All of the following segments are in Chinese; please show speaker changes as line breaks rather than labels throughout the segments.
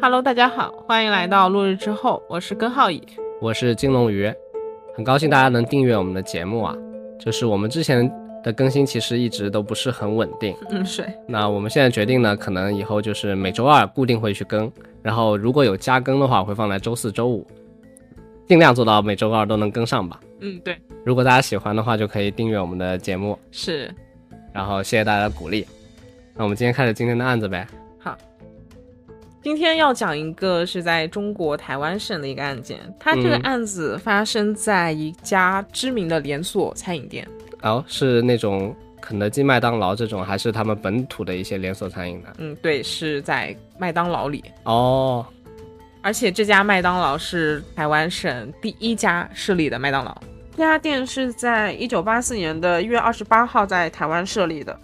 Hello，大家好，欢迎来到落日之后，我是根浩乙。
我是金龙鱼，很高兴大家能订阅我们的节目啊。就是我们之前的更新其实一直都不是很稳定，
嗯，水
那我们现在决定呢，可能以后就是每周二固定会去更，然后如果有加更的话，我会放在周四周五，尽量做到每周二都能跟上吧。
嗯，对，
如果大家喜欢的话，就可以订阅我们的节目，
是
然后谢谢大家的鼓励。那我们今天开始今天的案子呗。
今天要讲一个是在中国台湾省的一个案件，它这个
嗯
案子发生在一家知名的连锁餐饮店，
哦，是那种肯德基、麦当劳这种，还是他们本土的一些连锁餐饮的？
嗯，对，是在麦当劳里，
哦，
而且这家麦当劳是台湾省第一家设立的麦当劳。这家店是在一九八四年的一月二十八号在台湾设立的。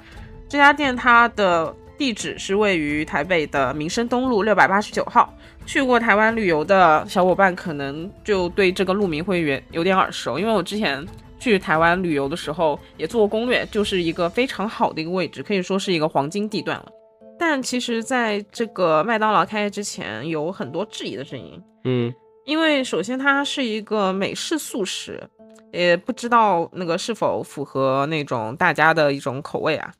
这家店它的地址是位于台北的民生东路六百八十九号。去过台湾旅游的小伙伴可能就对这个路名会有有点耳熟，因为我之前去台湾旅游的时候也做过攻略，就是一个非常好的一个位置，可以说是一个黄金地段了。但其实，在这个麦当劳开业之前，有很多质疑的声音，
嗯，
因为首先它是一个美式素食，也不知道那个是否符合那种大家的一种口味啊。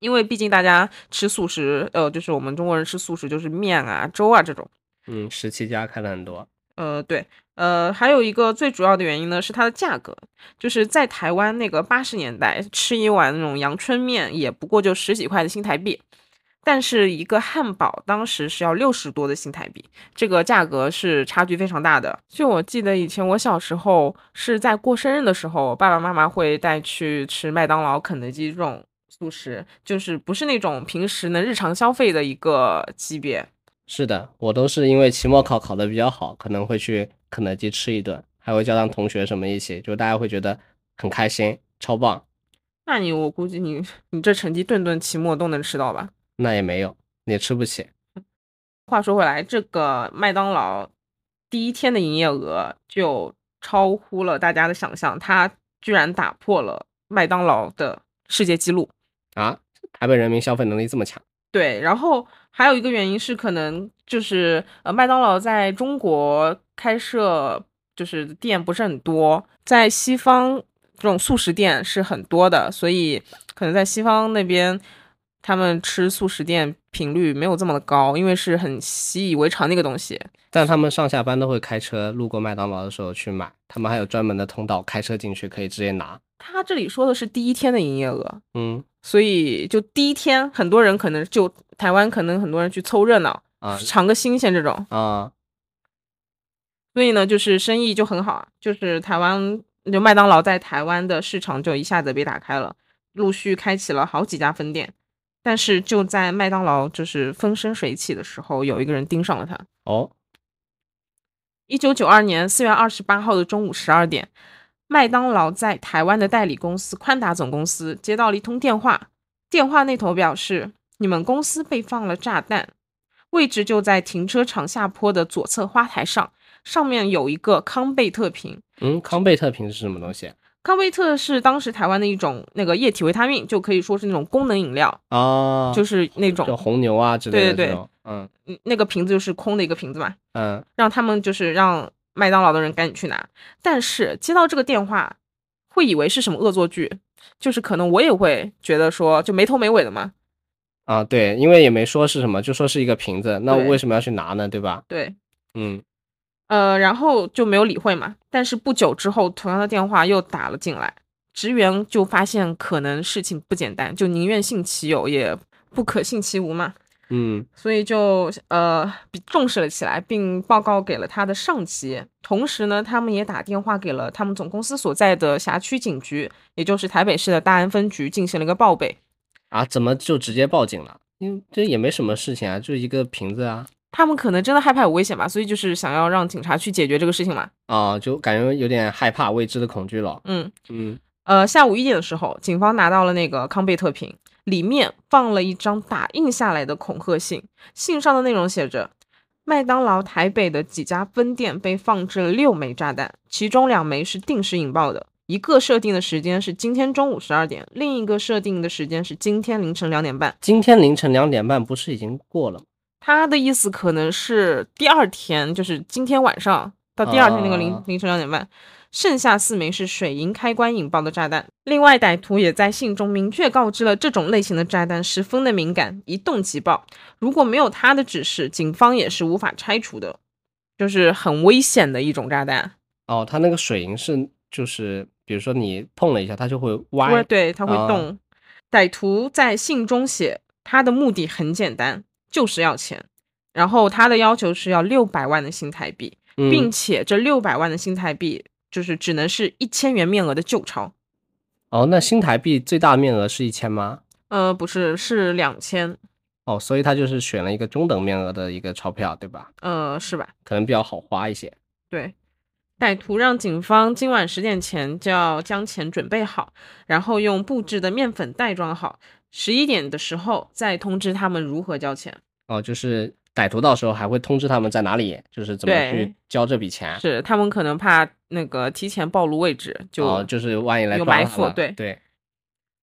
因为毕竟大家吃素食，呃，就是我们中国人吃素食就是面啊、粥啊这种。
嗯，十七家开了很多。
呃，对，呃，还有一个最主要的原因呢是它的价格，就是在台湾那个八十年代吃一碗那种阳春面也不过就十几块的新台币，但是一个汉堡当时是要六十多的新台币，这个价格是差距非常大的。就我记得以前我小时候是在过生日的时候，爸爸妈妈会带去吃麦当劳、肯德基这种素食，就是不是那种平时能日常消费的一个级别。
是的，我都是因为期末考考得比较好，可能会去肯德基吃一顿，还会叫上同学什么一起，就大家会觉得很开心，超棒。
那你我估计你 你这成绩顿顿期末都能吃到吧？
那也没有，也吃不起。
话说回来，这个麦当劳第一天的营业额就超乎了大家的想象，它居然打破了麦当劳的世界纪录。
啊，台北人民消费能力这么强，
对，然后还有一个原因是，可能就是呃，麦当劳在中国开设就是店不是很多，在西方这种速食店是很多的，所以可能在西方那边，他们吃速食店频率没有这么的高，因为是很习以为常的一个东西。
但他们上下班都会开车路过麦当劳的时候去买，他们还有专门的通道，开车进去可以直接拿。
他这里说的是第一天的营业额，
嗯
所以就第一天，很多人可能就台湾可能很多人去凑热闹，
啊
尝个新鲜这种。
啊，
所以呢，就是生意就很好啊，就是台湾就麦当劳在台湾的市场就一下子被打开了，陆续开启了好几家分店。但是就在麦当劳就是风生水起的时候，有一个人盯上了他。
哦，
一九九二年四月二十八号的中午十二点，麦当劳在台湾的代理公司宽达总公司接到了一通电话，电话那头表示你们公司被放了炸弹，位置就在停车场下坡的左侧花台上，上面有一个康贝特瓶。
嗯，康贝特瓶是什么东西？啊
康贝特是当时台湾的一种那个液体维他命，就可以说是那种功能饮料，
啊，
就是是那种
就红牛啊之类的
对对
这种。嗯
嗯那个瓶子就是空的一个瓶子嘛，
嗯，
让他们就是让麦当劳的人赶紧去拿。但是接到这个电话，会以为是什么恶作剧，就是可能我也会觉得说就没头没尾的嘛，
啊，对，因为也没说是什么，就说是一个瓶子，那
对
为什么要去拿呢？对吧？
对，
嗯，
呃，然后就没有理会嘛。但是不久之后，同样的电话又打了进来，职员就发现可能事情不简单，就宁愿信其有，也不可信其无嘛。
嗯
所以就呃比重视了起来，并报告给了他的上级。同时呢，他们也打电话给了他们总公司所在的辖区警局，也就是台北市的大安分局，进行了一个报备。
啊，怎么就直接报警了？因为这也没什么事情啊，就一个瓶子啊，
他们可能真的害怕有危险吧，所以就是想要让警察去解决这个事情嘛。
啊，就感觉有点害怕未知的恐惧了。
嗯，
嗯，
呃，下午一点的时候，警方拿到了那个康贝特瓶，里面放了一张打印下来的恐吓信，信上的内容写着：麦当劳台北的几家分店被放置了六枚炸弹，其中两枚是定时引爆的，一个设定的时间是今天中午十二点，另一个设定的时间是今天凌晨两点半。
今天凌晨两点半不是已经过了吗？
他的意思可能是第二天，就是今天晚上到第二天那个凌、
啊
凌晨两点半，剩下四枚是水银开关引爆的炸弹。另外，歹徒也在信中明确告知了这种类型的炸弹十分的敏感，一动即爆。如果没有他的指示，警方也是无法拆除的，就是很危险的一种炸弹。
哦，它那个水银是就是，比如说你碰了一下，它就会
不是
歪。
对，它会
啊
动。歹徒在信中写，他的目的很简单，就是要钱。然后他的要求是要六百万的新台币，
嗯
并且这六百万的新台币就是只能是一千元面额的旧钞，
哦，那新台币最大面额是一千吗？
呃，不是，是两千，
哦，所以它就是选了一个中等面额的一个钞票，对吧？
呃，是吧？
可能比较好花一些。
对，歹徒让警方今晚十点前就要将钱准备好，然后用布制的面粉袋装好，十一点的时候再通知他们如何交钱。
哦，就是歹徒到时候还会通知他们在哪里，就是怎么
对
去交这笔钱。
是他们可能怕那个提前暴露位置，就、
哦，就是万一来
有
抓
埋
他
伏
了
对
对，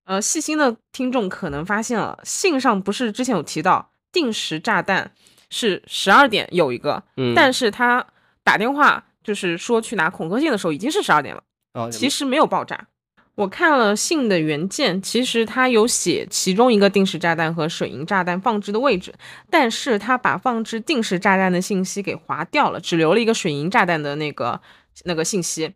呃，细心的听众可能发现了，信上不是之前有提到定时炸弹是十二点有一个，
嗯，
但
是
是他打电话就是说去拿恐吓信的时候已经是十二点了，
哦，
其实没有爆炸。我看了信的原件，其实他有写其中一个定时炸弹和水银炸弹放置的位置，但是他把放置定时炸弹的信息给划掉了，只留了一个水银炸弹的那个那个信息。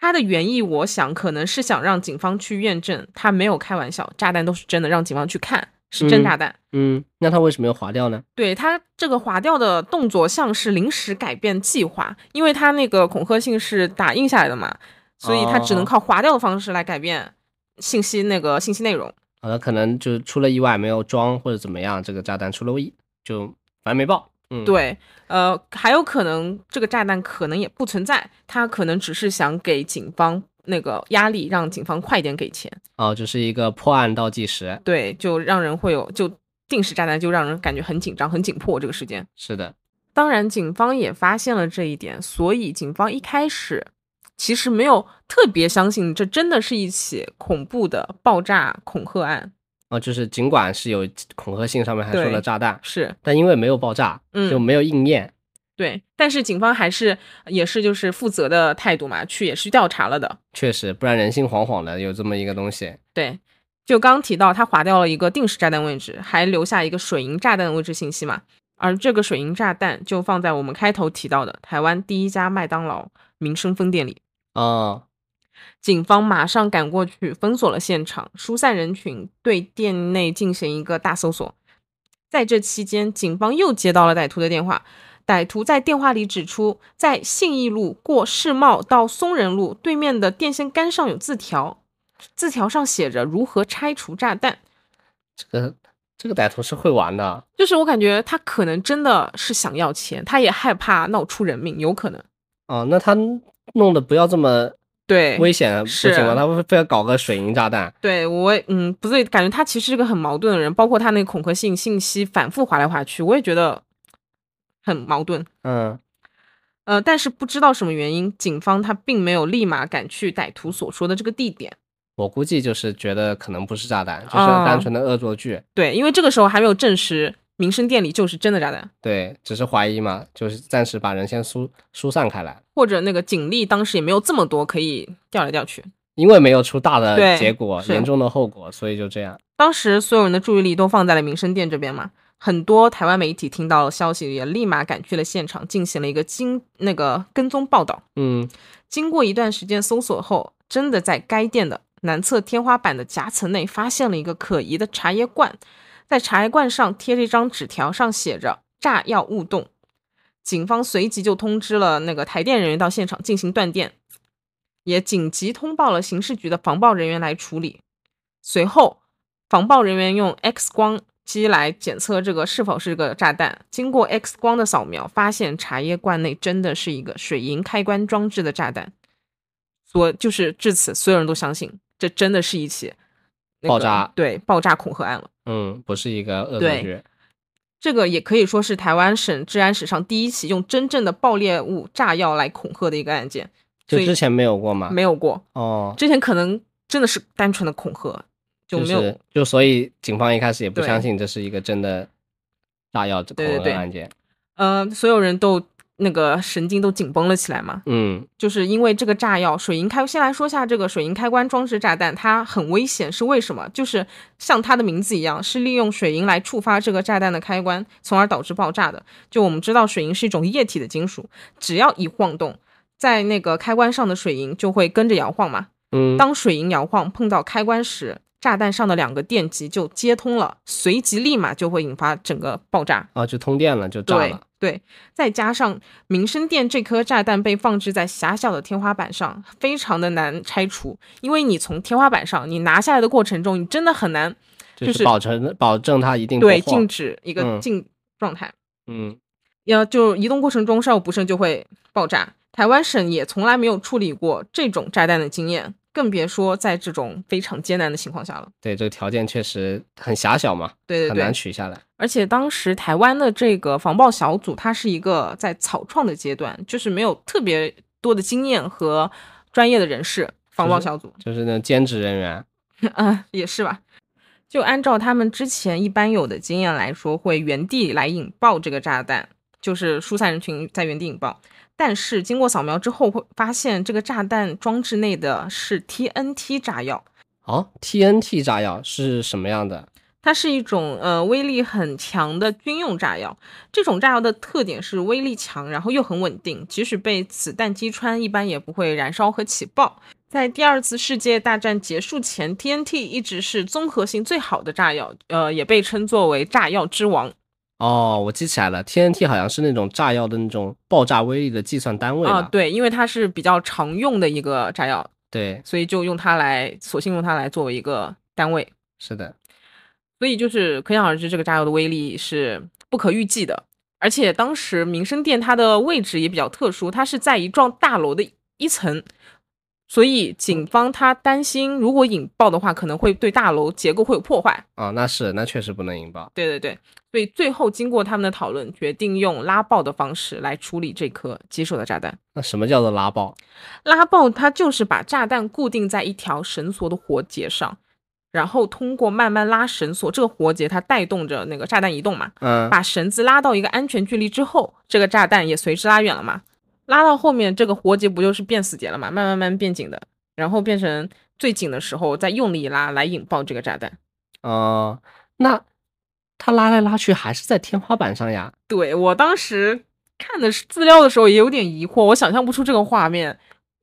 他的原意，我想可能是想让警方去验证，他没有开玩笑，炸弹都是真的，让警方去看是真
嗯
炸弹。
嗯，那他为什么要划掉呢？
对他这个划掉的动作，像是临时改变计划，因为他那个恐吓信是打印下来的嘛，所以他只能
哦
靠划掉的方式来改变信息那个信息内容。
好的，可能就是出了意外，没有装或者怎么样，这个炸弹出了意，就反正没爆。嗯，，
对，呃，还有可能这个炸弹可能也不存在，他可能只是想给警方那个压力，让警方快点给钱。
哦，就是一个破案倒计时。
对，就让人会有就定时炸弹，就让人感觉很紧张、很紧迫这个时间。
是的，
当然，警方也发现了这一点，所以警方一开始其实没有特别相信这真的是一起恐怖的爆炸恐吓案。
哦，就是尽管是有恐吓信上面还说
对
了炸弹，
是
但因为没有爆炸，
嗯
就没有应验。
对，但是警方还是也是就是负责的态度嘛，去也是调查了的。
确实，不然人心惶惶的，有这么一个东西。
对，就刚提到他划掉了一个定时炸弹位置，还留下一个水银炸弹的位置信息嘛。而这个水银炸弹就放在我们开头提到的台湾第一家麦当劳民生分店里。
哦，
警方马上赶过去，封锁了现场，疏散人群，对店内进行一个大搜索。在这期间，警方又接到了歹徒的电话。歹徒在电话里指出，在信义路过世贸到松仁路对面的电线杆上有字条，字条上写着如何拆除炸弹。
这个这个歹徒是会玩的。
就是我感觉他可能真的是想要钱，他也害怕闹出人命，有可能。
哦，那他弄得不要这么
对，
危险不
是
行吗？他会非要搞个水银炸弹。
对我也，嗯，不对，感觉他其实是个很矛盾的人，包括他那个恐吓信信息反复划来划去，我也觉得很矛盾。
嗯，
呃，但是不知道什么原因，警方他并没有立马赶去歹徒所说的这个地点。
我估计就是觉得可能不是炸弹，就是
啊
单纯的恶作剧。
对，因为这个时候还没有证实民生店里就是真的炸弹，
对，只是怀疑嘛，就是暂时把人先疏疏散开来，
或者那个警力当时也没有这么多可以调来调去。
因为没有出大的
对
结果、
是
严重的后果，所以就这样。
当时所有人的注意力都放在了民生店这边嘛，很多台湾媒体听到了消息，也立马赶去了现场，进行了一个经那个跟踪报道。
嗯，
经过一段时间搜索后，真的在该店的南侧天花板的夹层内发现了一个可疑的茶叶罐，在茶叶罐上贴着一张纸条，上写着“炸药勿动”。警方随即就通知了那个台电人员到现场进行断电，也紧急通报了刑事局的防爆人员来处理。随后，防爆人员用 X 光机来检测这个是否是个炸弹。经过 X 光的扫描，发现茶叶罐内真的是一个水银开关装置的炸弹。所就是至此，所有人都相信这真的是一起、那个
爆炸
对爆炸恐吓案了。
嗯，不是一个恶作
对
剧。
这个也可以说是台湾省治安史上第一起用真正的爆裂物炸药来恐吓的一个案件，
就
所以
之前没有过嘛？
没有过。
哦，
之前可能真的是单纯的恐吓，就没有、
是就所以警方一开始也不
对
相信这是一个真的炸药这恐
对对对
龙案件。
嗯、所有人都那个神经都紧绷了起来嘛，
嗯，
就是因为这个炸药，水银开先来说下这个水银开关装置炸弹，它很危险，是为什么？就是像它的名字一样，是利用水银来触发这个炸弹的开关，从而导致爆炸的。就我们知道，水银是一种液体的金属，只要一晃动，在那个开关上的水银就会跟着摇晃嘛。
嗯，
当水银摇晃碰到开关时，炸弹上的两个电极就接通了，随即立马就会引发整个爆炸。
啊，就通电了，就炸
对
了。
对，再加上民生店这颗炸弹被放置在狭小的天花板上，非常的难拆除，因为你从天花板上你拿下来的过程中，你真的很难
就
就是是
保证保证它一定不
对
晃
静止一个
嗯
静状态。
嗯
要就移动过程中稍有不慎就会爆炸。台湾省也从来没有处理过这种炸弹的经验，更别说在这种非常艰难的情况下了。
对这个条件确实很狭小嘛，
对对
很
对，
难取下来。
而且当时台湾的这个防爆小组，它是一个在草创的阶段，就是没有特别多的经验和专业的人士。防爆小组，
就是那种兼职人员，
嗯，也是吧。就按照他们之前一般有的经验来说，会原地来引爆这个炸弹，就是疏散人群在原地引爆。但是经过扫描之后，会发现这个炸弹装置内的是 TNT 炸药，
哦，TNT 炸药是什么样的？
它是一种呃威力很强的军用炸药。这种炸药的特点是威力强，然后又很稳定，即使被子弹击穿，一般也不会燃烧和起爆。在第二次世界大战结束前，TNT 一直是综合性最好的炸药，呃，也被称作为炸药之王
哦，我记起来了，TNT 好像是那种炸药的那种爆炸威力的计算单位
啊、
吧？
对，因为它是比较常用的一个炸药，
对，
所以就用它来，索性用它来作为一个单位。
是的，
所以就是可想而知，这个炸药的威力是不可预计的。而且当时民生店它的位置也比较特殊，它是在一幢大楼的一层，所以警方他担心如果引爆的话，可能会对大楼结构会有破坏。
啊、那是那确实不能引爆。
对对对，所以最后经过他们的讨论，决定用拉爆的方式来处理这颗棘手的炸弹。
那什么叫做拉爆？
拉爆它就是把炸弹固定在一条绳索的活结上，然后通过慢慢拉绳索，这个活结它带动着那个炸弹移动嘛，
嗯，
把绳子拉到一个安全距离之后，这个炸弹也随之拉远了嘛。拉到后面，这个活结不就是变死结了嘛？慢慢慢变紧的，然后变成最紧的时候再用力拉来引爆这个炸弹。
哦、那它拉来拉去还是在天花板上呀？
对我当时看的是资料的时候也有点疑惑，我想象不出这个画面，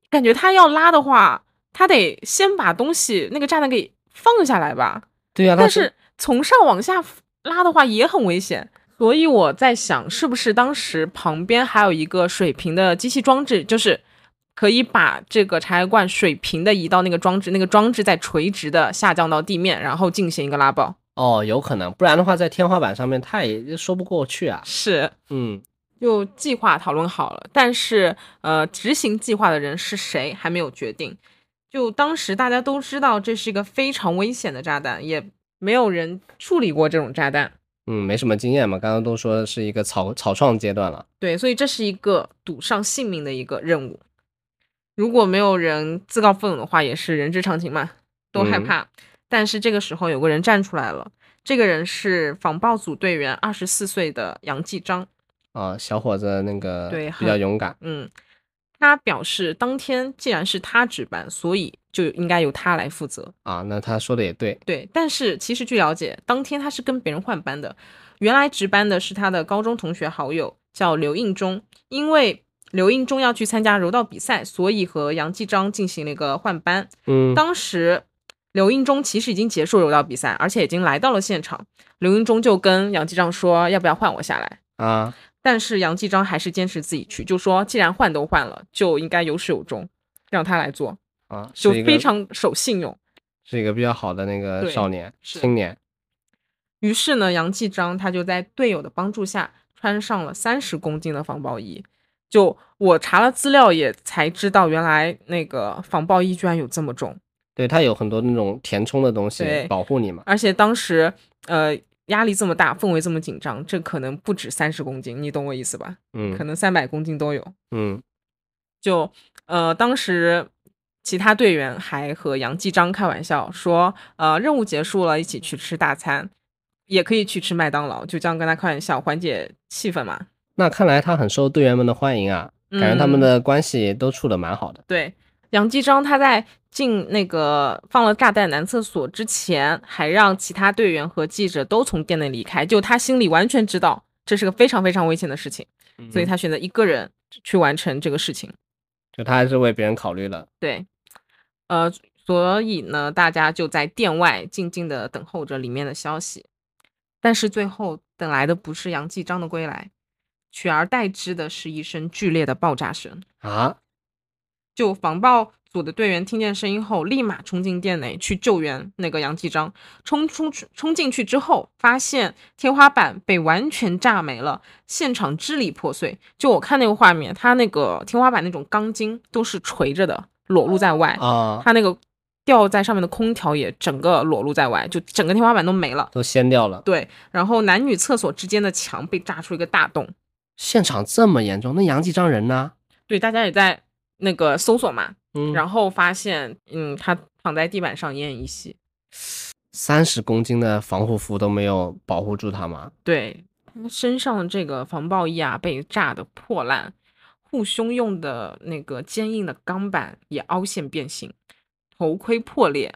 感觉他要拉的话，他得先把东西那个炸弹给放下来吧。
对呀、它
但是从上往下拉的话也很危险，所以我在想，是不是当时旁边还有一个水平的机器装置，就是可以把这个茶叶罐水平的移到那个装置，那个装置再垂直的下降到地面，然后进行一个拉爆。
哦，有可能，不然的话在天花板上面它也说不过去啊。
是，
嗯，
就计划讨论好了，但是呃，执行计划的人是谁还没有决定。就当时大家都知道这是一个非常危险的炸弹，也没有人处理过这种炸弹。
嗯，没什么经验嘛，刚刚都说是一个草草创阶段了。
对，所以这是一个赌上性命的一个任务。如果没有人自告奋勇的话，也是人之常情嘛，都害
嗯
怕。但是这个时候有个人站出来了，这个人是防暴组队员，二十四岁的杨继章。
啊、小伙子那个
对
比较
很
勇敢，
嗯，他表示当天既然是他值班，所以就应该由他来负责。
啊，那他说的也对，
对，但是其实据了解，当天他是跟别人换班的，原来值班的是他的高中同学好友，叫刘应中。因为刘应中要去参加柔道比赛，所以和杨继章进行了一个换班。
嗯，
当时刘应中其实已经结束柔道比赛，而且已经来到了现场。刘应中就跟杨继章说：“要不要换我下来
啊，？”
但是杨继章还是坚持自己去，就说：“既然换都换了，就应该有始有终，让他来做，
啊，
就是
一
非
个
常守信用。”
是一个比较好的那个
对
少年
是
青年，
于是呢，杨继章他就在队友的帮助下穿上了三十公斤的防爆衣。就我查了资料也才知道，原来那个防爆衣居然有这么重，
对他有很多那种填充的东西
对
保护你嘛，
而且当时呃压力这么大，氛围这么紧张，这可能不止三十公斤，你懂我意思吧？可
嗯
能三百公斤都有。
嗯，
就呃，当时其他队员还和杨继章开玩笑说，呃，任务结束了，一起去吃大餐。也可以去吃麦当劳，就这样跟他开玩笑，缓解气氛嘛。
那看来他很受队员们的欢迎啊，感觉他们的关系都处得蛮好的。
嗯对，杨继章他在进那个放了炸弹男厕所之前，还让其他队员和记者都从店内离开，就他心里完全知道这是个非常非常危险的事情，所
嗯
以他选择一个人去完成这个事情。
就他还是为别人考虑了。
对，呃，所以呢，大家就在店外静静的等候着里面的消息，但是最后等来的不是杨继章的归来，取而代之的是一声剧烈的爆炸声。
啊，
就防暴组的队员听见声音后，立马冲进店内去救援那个杨继章。冲冲冲进去之后，发现天花板被完全炸没了，现场支离破碎。就我看那个画面，他那个天花板那种钢筋都是垂着的，裸露在外。
啊，
哎他那个吊在上面的空调也整个裸露在外，就整个天花板都没了。
都掀掉了，
对，然后男女厕所之间的墙被炸出一个大洞。
现场这么严重，那杨继章人呢？
对，大家也在那个搜索嘛，
嗯，
然后发现，嗯，他躺在地板上奄奄一息。
三十公斤的防护服都没有保护住他吗？
对，他身上的这个防爆衣啊被炸得破烂，护胸用的那个坚硬的钢板也凹陷变形，头盔破裂，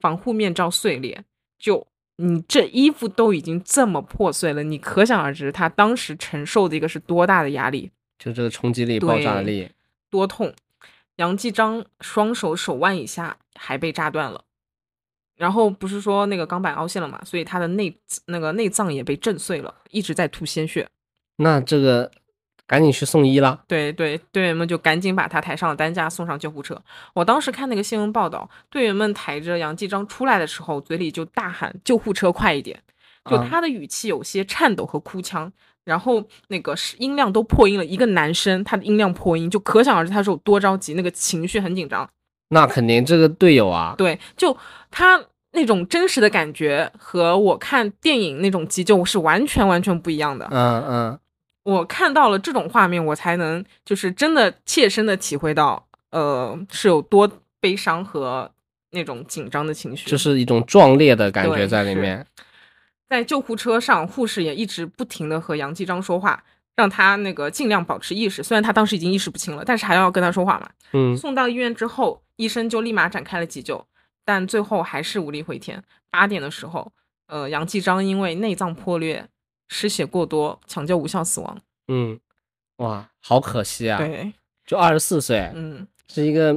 防护面罩碎裂。就你这衣服都已经这么破碎了，你可想而知他当时承受的一个是多大的压力。
就这个冲击力、
对
爆炸力，
多痛。杨继章双手手腕以下还被炸断了，然后不是说那个钢板凹陷了嘛，所以他的内那个内脏也被震碎了，一直在吐鲜血。
那这个赶紧去送医啦！
对对，队员们就赶紧把他抬上了担架，送上救护车。我当时看那个新闻报道，队员们抬着杨继章出来的时候，嘴里就大喊“救护车快一点”，就
啊
他的语气有些颤抖和哭腔，然后那个是音量都破音了，一个男生他的音量破音，就可想而知他是有多着急，那个情绪很紧张。
那肯定这个队友啊，
对，就他那种真实的感觉和我看电影那种急救是完全完全不一样的。
嗯嗯，
我看到了这种画面，我才能就是真的切身的体会到，呃，是有多悲伤和那种紧张的情绪。
就是一种壮烈的感觉
对
在里面。
在救护车上，护士也一直不停的和杨继章说话，让他那个尽量保持意识。虽然他当时已经意识不清了，但是还要跟他说话嘛。
嗯，
送到医院之后，医生就立马展开了急救，但最后还是无力回天。八点的时候，呃，杨继章因为内脏破裂、失血过多，抢救无效死亡。
嗯，哇，好可惜啊！
对，
就二十四岁，
嗯，
是一个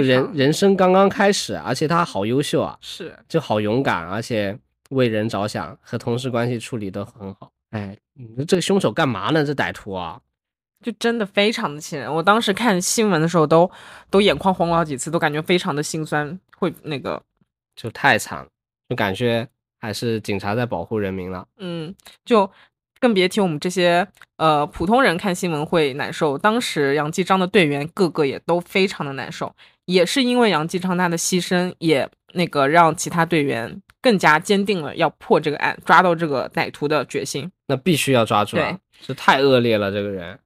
非
人
常
人生刚刚开始，而且他好优秀啊，
是
就好勇敢，而且为人着想，和同事关系处理得很好。哎，你说这个凶手干嘛呢？这歹徒啊，
就真的非常的气人。我当时看新闻的时候都，都眼眶红了好几次，都感觉非常的心酸，会那个，
就太惨了，就感觉还是警察在保护人民了。
嗯，就更别提我们这些呃普通人看新闻会难受。当时杨继章的队员个个也都非常的难受，也是因为杨继章他的牺牲，也那个让其他队员更加坚定了要破这个案、抓到这个歹徒的决心。
那必须要抓住啊
对！
这太恶劣了，这个人。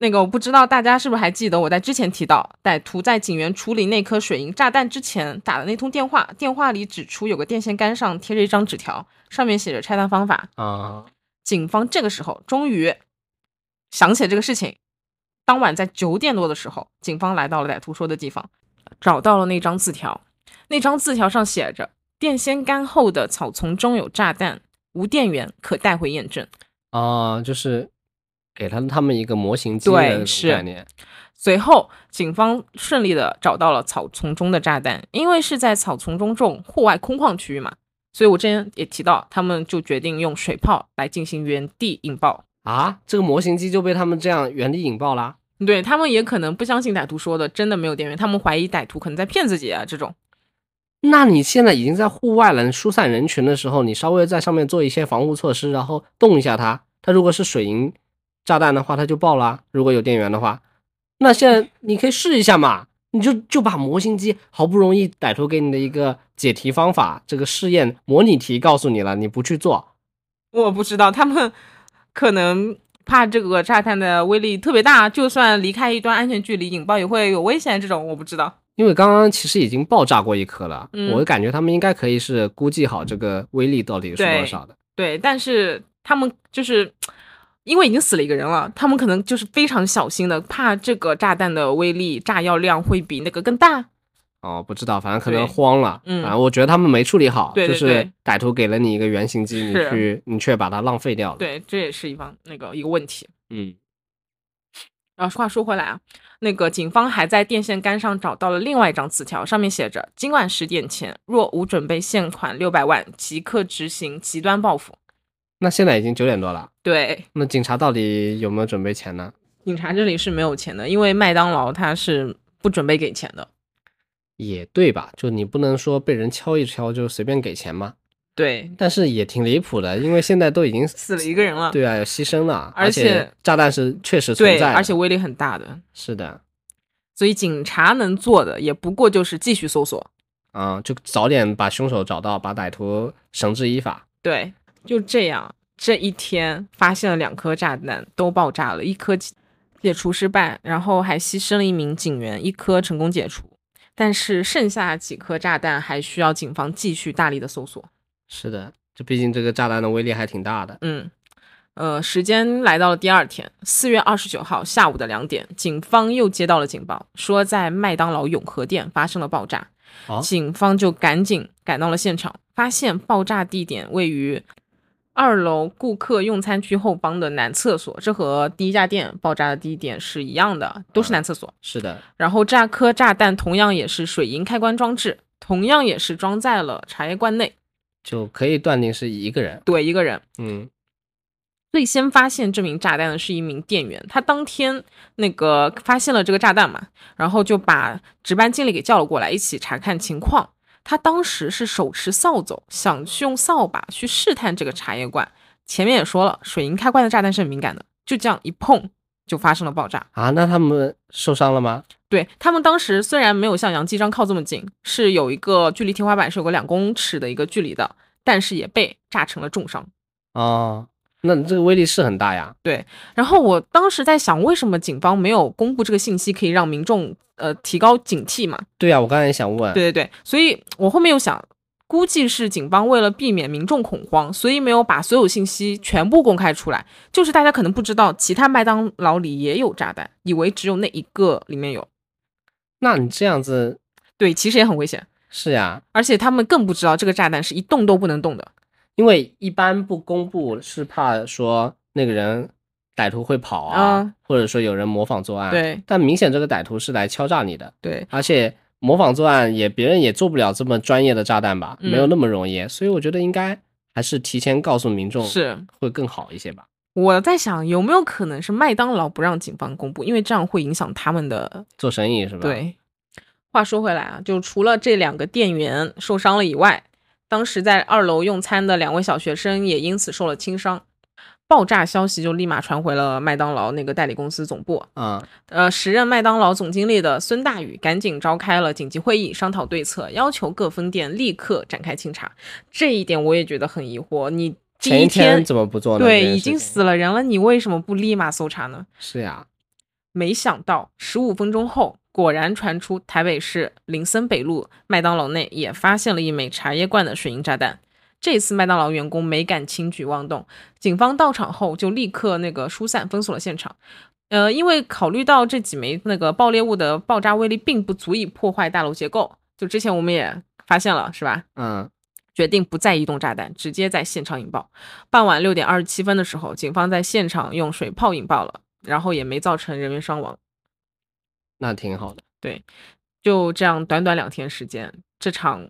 那个我不知道大家是不是还记得，我在之前提到，歹徒在警员处理那颗水银炸弹之前打的那通电话，电话里指出有个电线杆上贴着一张纸条，上面写着拆弹方法。
啊，
警方这个时候终于想起了这个事情。当晚在九点多的时候，警方来到了歹徒说的地方，找到了那张字条。那张字条上写着：“电线杆后的草丛中有炸弹，无电源可带回验证。”
哦，就是给他他们一个模型机的
对
那种
是
概念。
随后，警方顺利的找到了草丛中的炸弹，因为是在草丛中这种户外空旷区域嘛，所以我之前也提到，他们就决定用水炮来进行原地引爆。
啊，这个模型机就被他们这样原地引爆啦。
对他们也可能不相信歹徒说的真的没有电源，他们怀疑歹徒可能在骗自己啊这种。
那你现在已经在户外了，你疏散人群的时候，你稍微在上面做一些防护措施，然后动一下它。它如果是水银炸弹的话，它就爆啦。如果有电源的话，那现
嗯
在你可以试一下嘛，你就就把模型机好不容易歹徒给你的一个解题方法，这个试验模拟题告诉你了，你不去做，
我不知道他们可能怕这个炸弹的威力特别大，就算离开一段安全距离，引爆也会有危险。这种我不知道。
因为刚刚其实已经爆炸过一颗了，
嗯
我感觉他们应该可以是估计好这个威力到底是
对
多少的。
对，但是他们就是因为已经死了一个人了，他们可能就是非常小心的，怕这个炸弹的威力、炸药量会比那个更大。
哦，不知道，反正可能
对
慌了。
嗯
反正我觉得他们没处理好，
对对
就是
对
歹徒给了你一个原型机，你
是啊
去你却把它浪费掉了。，
对，这也是一方那个一个问题。
嗯，
然后话说回来啊，那个警方还在电线杆上找到了另外一张词条，上面写着：今晚十点前，若无准备现款六百万，即刻执行极端报复。
那现在已经九点多了，
对，
那警察到底有没有准备钱呢？
警察这里是没有钱的，因为麦当劳它是不准备给钱的。
也对吧？就你不能说被人敲一敲就随便给钱嘛，
对，
但是也挺离谱的，因为现在都已经
死了一个人了。
对啊，有牺牲了，
而
而
且
炸弹是确实存
对，
在的，
而且威力很大的。
是的，
所以警察能做的也不过就是继续搜索。
啊、就早点把凶手找到，把歹徒绳之以法。
对，就这样，这一天发现了两颗炸弹都爆炸了，一颗解除失败，然后还牺牲了一名警员，一颗成功解除。但是剩下几颗炸弹还需要警方继续大力的搜索。
是的，这毕竟这个炸弹的威力还挺大的。
嗯，呃，时间来到了第二天，四月二十九号下午的两点，警方又接到了警报，说在麦当劳永和店发生了爆炸。
哦
警方就赶紧赶到了现场，发现爆炸地点位于二楼顾客用餐区后方的男厕所，这和第一家店爆炸的地点是一样的，都是男厕所。
是的，
然后这颗炸弹同样也是水银开关装置，同样也是装在了茶叶罐内，
就可以断定是一个人。
怼一个人。
嗯，
最先发现这名炸弹的是一名店员，他当天那个发现了这个炸弹嘛，然后就把值班经理给叫了过来，一起查看情况。他当时是手持扫帚，想去用扫把去试探这个茶叶罐。前面也说了，水银开关的炸弹是很敏感的，就这样一碰就发生了爆炸。
啊，那他们受伤了吗？
对他们当时虽然没有像杨继章靠这么近，是有一个距离天花板是有个两公尺的一个距离的，但是也被炸成了重伤。
哦，那这个威力是很大呀。
然后我当时在想，为什么警方没有公布这个信息，可以让民众呃提高警惕嘛？
对啊，我刚才也想问，
对对对，所以我后面又想，估计是警方为了避免民众恐慌，所以没有把所有信息全部公开出来。就是大家可能不知道，其他麦当劳里也有炸弹，以为只有那一个里面有。
那你这样子
对，其实也很危险，
是呀，
而且他们更不知道这个炸弹是一动都不能动的。
因为一般不公布是怕说那个人歹徒会跑啊，
嗯
或者说有人模仿作案。，
对
但明显这个歹徒是来敲诈你的，
对
而且模仿作案也别人也做不了这么专业的炸弹吧，
嗯
没有那么容易，所以我觉得应该还是提前告诉民众
是。
会更好一些吧。
我在想，有没有可能是麦当劳不让警方公布，因为这样会影响他们的
做生意是吧？，
对，话说回来啊，就除了这两个店员受伤了以外，当时在二楼用餐的两位小学生也因此受了轻伤。爆炸消息就立马传回了麦当劳那个代理公司总部。
啊、
呃，时任麦当劳总经理的孙大宇赶紧召开了紧急会议，商讨对策，要求各分店立刻展开清查。这一点我也觉得很疑惑，你第
前
一
一天怎么不做呢？
对
这件
已
事情
经死了人了，你为什么不立马搜查呢？
是呀，
没想到十五分钟后，果然传出台北市林森北路麦当劳内也发现了一枚茶叶罐的水银炸弹。这次麦当劳员工没敢轻举妄动，警方到场后就立刻那个疏散封锁了现场。呃，因为考虑到这几枚那个爆裂物的爆炸威力并不足以破坏大楼结构，就之前我们也发现了，是吧？
嗯，
决定不再移动炸弹，直接在现场引爆。傍晚六点二十七分的时候，警方在现场用水炮引爆了，然后也没造成人员伤亡。
那挺好的。
就这样，短短两天时间，这场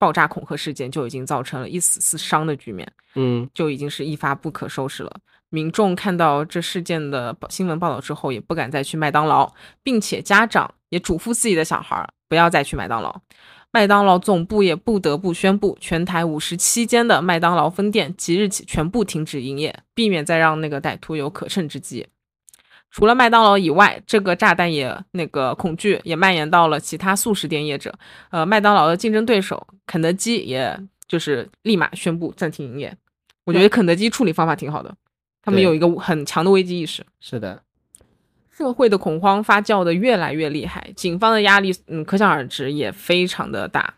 爆炸恐吓事件就已经造成了一死四伤的局面，
嗯，
就已经是一发不可收拾了。民众看到这事件的报新闻报道之后，也不敢再去麦当劳，并且家长也嘱咐自己的小孩儿不要再去麦当劳。麦当劳总部也不得不宣布，全台五十七间的麦当劳分店即日起全部停止营业，避免再让那个歹徒有可乘之机。除了麦当劳以外，这个炸弹也那个恐惧也蔓延到了其他素食店业者。呃，麦当劳的竞争对手肯德基，也就是立马宣布暂停营业。我觉得肯德基处理方法挺好的，他们
对
有一个很强的危机意识。
是的，
社会的恐慌发酵的越来越厉害，警方的压力，嗯，可想而知，也非常的大。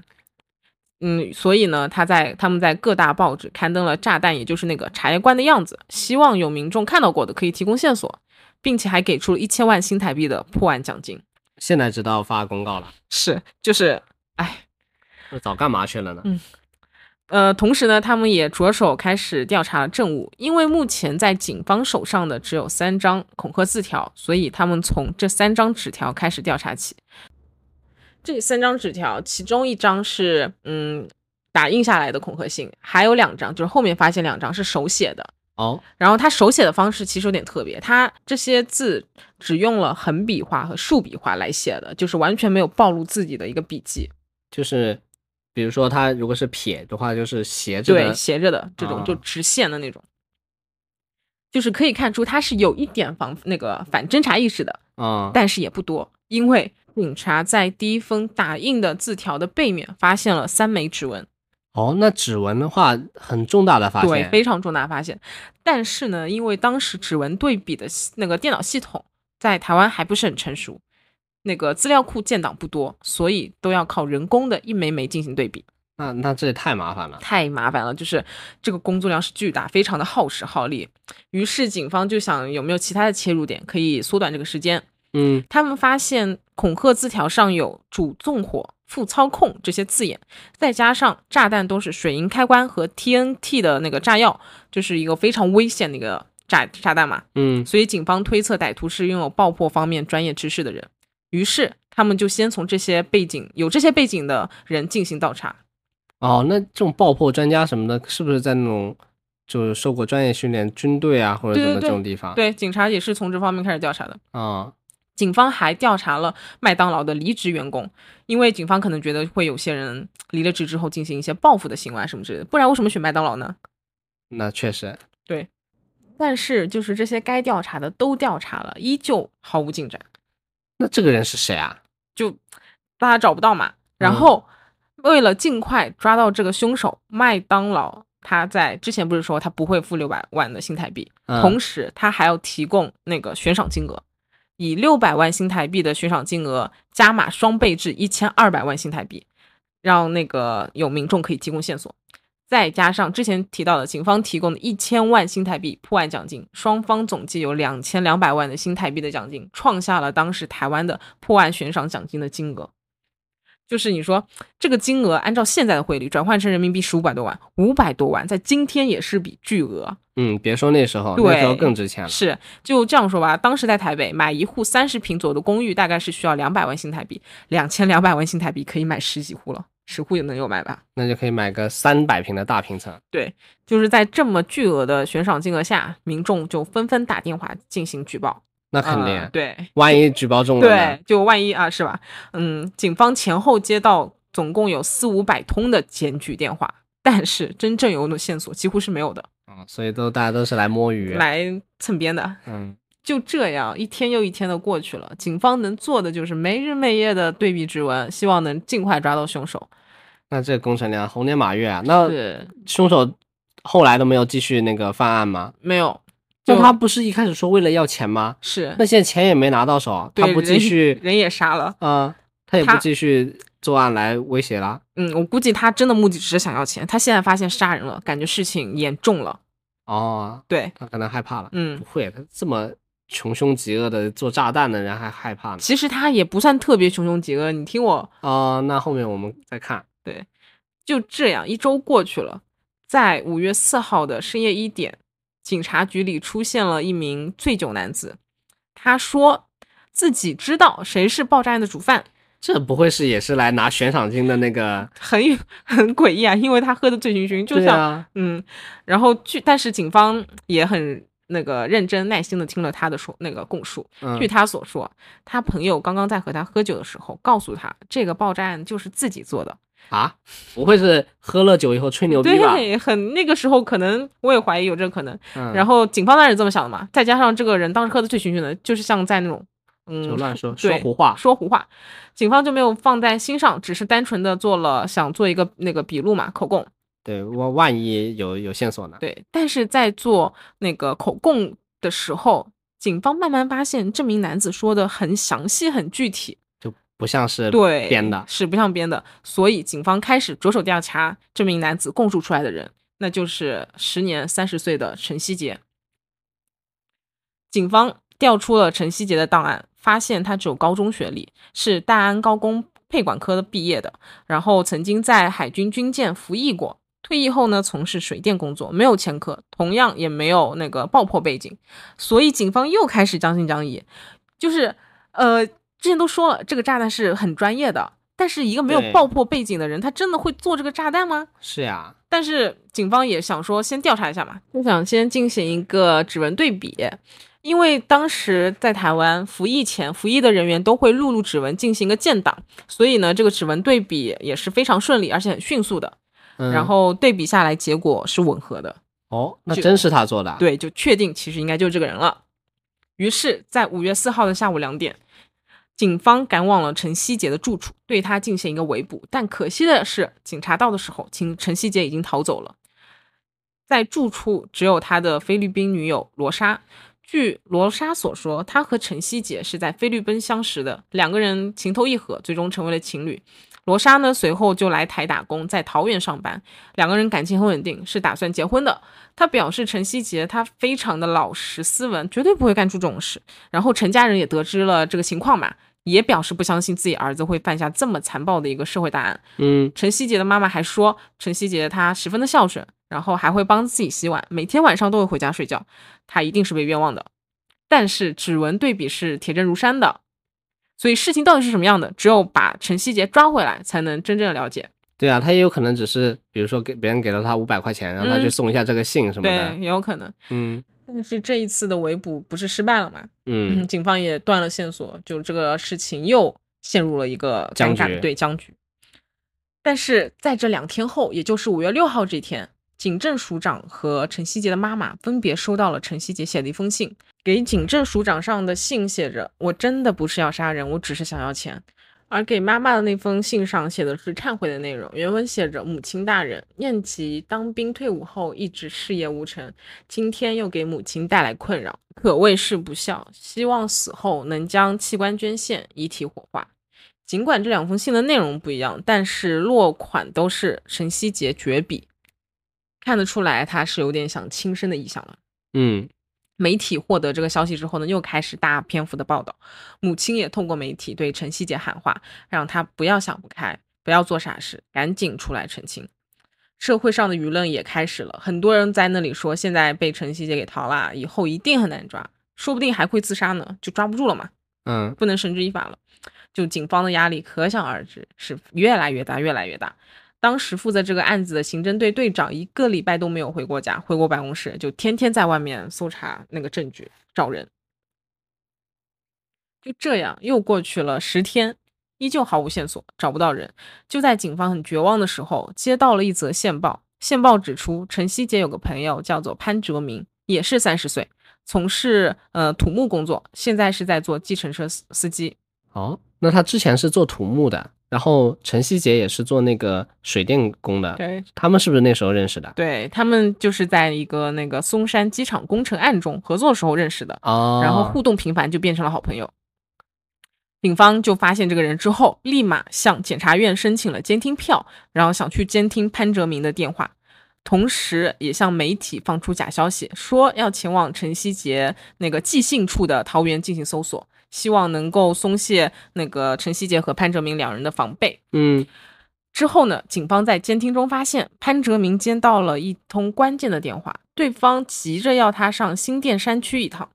嗯，所以呢，他在他们在各大报纸刊登了炸弹，也就是那个茶叶罐的样子，希望有民众看到过的可以提供线索，并且还给出了一千万新台币的破案奖金。
现在知道发公告了，
是，就是，哎，
那早干嘛去了
嗯
呢？
呃，同时呢，他们也着手开始调查证物，因为目前在警方手上的只有三张恐吓字条，所以他们从这三张纸条开始调查起。这三张纸条，其中一张是嗯打印下来的恐吓信，还有两张就是后面发现两张是手写的。
哦，
然后他手写的方式其实有点特别，他这些字只用了横笔画和竖笔画来写的，就是完全没有暴露自己的一个笔迹。
就是比如说他如果是撇的话，就是斜着
对，
的，
斜着的这种，就
啊
直线的那种，就是可以看出他是有一点防那个反侦查意识的，
啊、
但是也不多，因为警察在第一封打印的字条的背面发现了三枚指纹，
哦，那指纹的话很重大的发
对，
现，
非常重大发现。但是呢，因为当时指纹对比的系那个电脑系统在台湾还不是很成熟，那个资料库建档不多，所以都要靠人工的一枚枚进行对比。
那那这也太麻烦了，
太麻烦了，就是这个工作量是巨大，非常的耗时耗力。于是警方就想有没有其他的切入点可以缩短这个时间。
嗯，
他们发现恐吓字条上有“主纵火”“副操控”这些字眼，再加上炸弹都是水银开关和 TNT 的那个炸药，就是一个非常危险的一个炸炸弹嘛。
嗯，
所以警方推测歹徒是拥有爆破方面专业知识的人。于是他们就先从这些背景有这些背景的人进行倒查。
哦，那这种爆破专家什么的，是不是在那种就是受过专业训练军队啊或者
对
什
对
么
对
这种地方？
对，警察也是从这方面开始调查的。
啊、
警方还调查了麦当劳的离职员工，因为警方可能觉得会有些人离了职之后进行一些报复的行为啊什么之类的，不然为什么选麦当劳呢？
那确实，
但是就是这些该调查的都调查了，依旧毫无进展，
那这个人是谁啊？
就大家找不到嘛。然后为了尽快抓到这个凶手，麦当劳他在之前不是说他不会付六百万的新台币，
嗯、
同时他还要提供那个悬赏金额，以六百万新台币的悬赏金额加码双倍至一千二百万新台币，让那个有民众可以提供线索，再加上之前提到的警方提供的一千万新台币破案奖金，双方总计有两千两百万的新台币的奖金，创下了当时台湾的破案悬赏奖金的金额。就是你说这个金额按照现在的汇率转换成人民币十五百多万，五百多万在今天也是笔巨额。
嗯，别说那时候，
对
那时候更值钱了。
是，就这样说吧，当时在台北买一户三十平左右的公寓，大概是需要两百万新台币，两千两百万新台币可以买十几户了，十户也能有买吧？
那就可以买个三百平的大平层。
就是在这么巨额的悬赏金额下，民众就纷纷打电话进行举报。
那肯定，
呃对
万一举报中了呢
对，就万一啊，是吧？嗯，警方前后接到总共有四五百通的检举电话，但是真正有的线索几乎是没有的，
啊、所以都大家都是来摸鱼。，
来蹭边的。
嗯，
就这样，一天又一天的过去了。警方能做的就是没日没夜的对比指纹，希望能尽快抓到凶手。
那这工程量红年马月啊，那
是，
凶手后来都没有继续那个犯案吗？
没有，
那
就
他不是一开始说为了要钱吗？
是
那现在钱也没拿到手，他
对
不继
人
续，
人也杀了。
啊，他也不
他
继续作案来威胁啦。
嗯，我估计他真的目的只是想要钱。他现在发现杀人了，感觉事情严重了。
哦，
对，
他可能害怕了。
嗯
不，会，他这么穷凶极恶的做炸弹的人还害怕呢？
其实他也不算特别穷凶极恶。你听我
哦，那后面我们再看。
就这样，一周过去了，在五月四号的深夜一点，警察局里出现了一名醉酒男子，他说自己知道谁是爆炸案的主犯，
这不会是也是来拿悬赏金的那个？
很很诡异啊，因为他喝的醉醺醺， 就
对
像、
啊，
嗯，然后据但是警方也很那个认真耐心的听了他的说那个供述，据
嗯，
他所说，他朋友刚刚在和他喝酒的时候告诉他，这个爆炸案就是自己做的，
啊，不会是喝了酒以后吹牛逼吧？
对，很那个时候可能我也怀疑有这个可能。
嗯，
然后警方当然是这么想的嘛，再加上这个人当时喝的醉醺醺的，就是像在那种嗯
就乱说
对
说胡话。
说胡话，警方就没有放在心上，只是单纯的做了想做一个那个笔录嘛口供。
对，万万一有有线索呢？
对，但是在做那个口供的时候，警方慢慢发现这名男子说的很详细、很具体，
就不像是
对，
编的。
是不像编的，所以警方开始着手调查这名男子供述出来的人，那就是时年三十岁的陈希杰。警方调出了陈希杰的档案，发现他只有高中学历，是大安高工配管科的毕业的，然后曾经在海军军舰服役过。退役后呢，从事水电工作，没有前科，同样也没有那个爆破背景，所以警方又开始将信将疑，就是呃，之前都说了，这个炸弹是很专业的，但是一个没有
对
爆破背景的人，他真的会做这个炸弹吗？
是呀，
但是警方也想说先调查一下嘛，就想先进行一个指纹对比，因为当时在台湾服役前，服役的人员都会录入指纹进行一个建档，所以呢，这个指纹对比也是非常顺利，而且很迅速的。
嗯、
然后对比下来，结果是吻合的，
哦，那
就
真是他做的啊，
对，就确定其实应该就是这个人了。于是，在五月四号的下午两点，警方赶往了陈希杰的住处，对他进行一个围捕。但可惜的是，警察到的时候，秦陈希杰已经逃走了。在住处只有他的菲律宾女友罗莎。据罗莎所说，他和陈希杰是在菲律宾相识的，两个人情投意合，最终成为了情侣。罗莎呢，随后就来台打工，在桃园上班，两个人感情很稳定，是打算结婚的。他表示陈希杰他非常的老实斯文，绝对不会干出这种事。然后陈家人也得知了这个情况嘛，也表示不相信自己儿子会犯下这么残暴的一个社会大案。
嗯，
陈希杰的妈妈还说，陈希杰他十分的孝顺，然后还会帮自己洗碗，每天晚上都会回家睡觉，他一定是被冤枉的。但是指纹对比是铁证如山的，所以事情到底是什么样的，只有把陈希杰抓回来，才能真正了解。
对啊，他也有可能只是，比如说给别人给了他五百块钱，让他去
嗯
送一下这个信什么
对，
的，
也有可能。
嗯
但是这一次的围捕不是失败了吗？
嗯
嗯，警方也断了线索，就这个事情又陷入了一个尴
僵
尬
局
的对僵局。但是在这两天后，也就是五月六号这天，警政署长和陈希杰的妈妈分别收到了陈希杰写的一封信。给警政署长上的信写着：“我真的不是要杀人，我只是想要钱。”而给妈妈的那封信上写的是忏悔的内容，原文写着：“母亲大人，念及当兵退伍后一直事业无成，今天又给母亲带来困扰，可谓是不孝。希望死后能将器官捐献，遗体火化。尽管这两封信的内容不一样，但是落款都是陈希杰绝笔，看得出来他是有点想轻生的意向了。
嗯，
媒体获得这个消息之后呢，又开始大篇幅的报道。母亲也通过媒体对陈希杰喊话，让她不要想不开，不要做傻事，赶紧出来澄清。社会上的舆论也开始了，很多人在那里说，现在被陈希杰给逃啦，以后一定很难抓，说不定还会自杀呢，就抓不住了嘛，
嗯
不能绳之以法了。就警方的压力可想而知，是越来越大，越来越大。当时负责这个案子的刑侦队队长一个礼拜都没有回过家，回过办公室，就天天在外面搜查那个证据，找人。就这样，又过去了十天，依旧毫无线索，找不到人。就在警方很绝望的时候，接到了一则线报。线报指出，陈希杰有个朋友叫做潘哲明，也是三十岁，从事呃土木工作，现在是在做计程车司司机。
哦，那他之前是做土木的，然后陈希杰也是做那个水电工的，
对，
他们是不是那时候认识的？
呃对他们就是在一个那个松山机场工程案中合作的时候认识的，
哦，
然后互动频繁就变成了好朋友。警方就发现这个人之后，立马向检察院申请了监听票，然后想去监听潘哲明的电话，同时也向媒体放出假消息，说要前往陈希杰那个寄信处的桃园进行搜索，希望能够松懈那个陈希杰和潘哲明两人的防备。
嗯
之后呢，警方在监听中发现潘哲明接到了一通关键的电话，对方急着要他上新店山区一趟。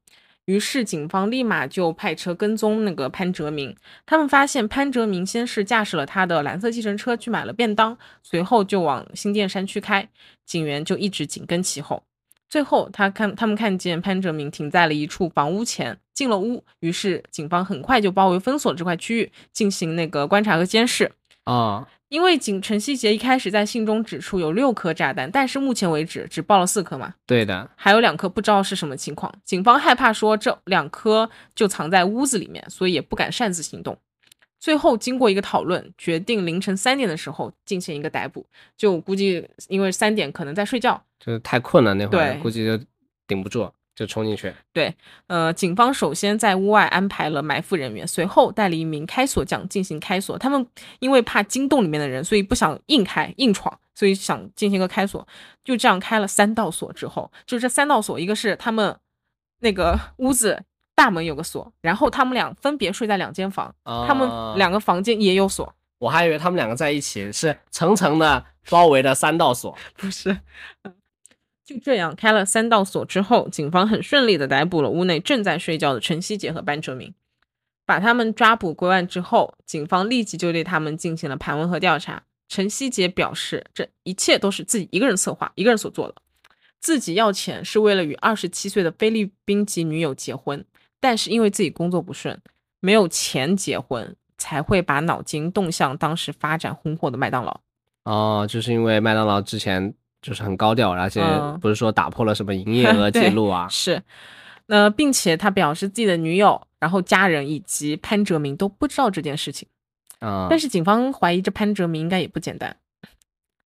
于是警方立马就派车跟踪那个潘哲明。他们发现潘哲明先是驾驶了他的蓝色计程车去买了便当，随后就往新店山区开，警员就一直紧跟其后。最后，他看他们看见潘哲明停在了一处房屋前，进了屋，于是警方很快就包围封锁这块区域，进行那个观察和监视。
哦，
因为警陈希杰一开始在信中指出有六颗炸弹，但是目前为止只爆了四颗嘛，
对的，
还有两颗不知道是什么情况。警方害怕说这两颗就藏在屋子里面，所以也不敢擅自行动。最后经过一个讨论，决定凌晨三点的时候进行一个逮捕。就估计因为三点可能在睡觉，
就是太困了那会儿，
对
估计就顶不住，就冲进去。
呃，警方首先在屋外安排了埋伏人员，随后带了一名开锁匠进行开锁。他们因为怕惊动里面的人，所以不想硬开硬闯，所以想进行一个开锁。就这样开了三道锁之后，就这三道锁，一个是他们那个屋子大门有个锁，然后他们俩分别睡在两间房，他们两
个，
个房间也有锁，
哦我还以为他们两个在一起是层层的包围的三道 锁。
不是。嗯就这样开了三道锁之后，警方很顺利的逮捕了屋内正在睡觉的陈希杰和班哲明。把他们抓捕归案之后，警方立即就对他们进行了盘问和调查。陈希杰表示，这一切都是自己一个人策划、一个人所做的，自己要钱是为了与二十七岁的菲律宾籍女友结婚，但是因为自己工作不顺，没有钱结婚，才会把脑筋动向当时发展红火的麦当劳。
哦，就是因为麦当劳之前就是很高调，而且
嗯
不是说打破了什么营业额记
对
录啊？
是，那、并且他表示自己的女友、然后家人以及潘哲明都不知道这件事情。
嗯，
但是警方怀疑这潘哲明应该也不简单，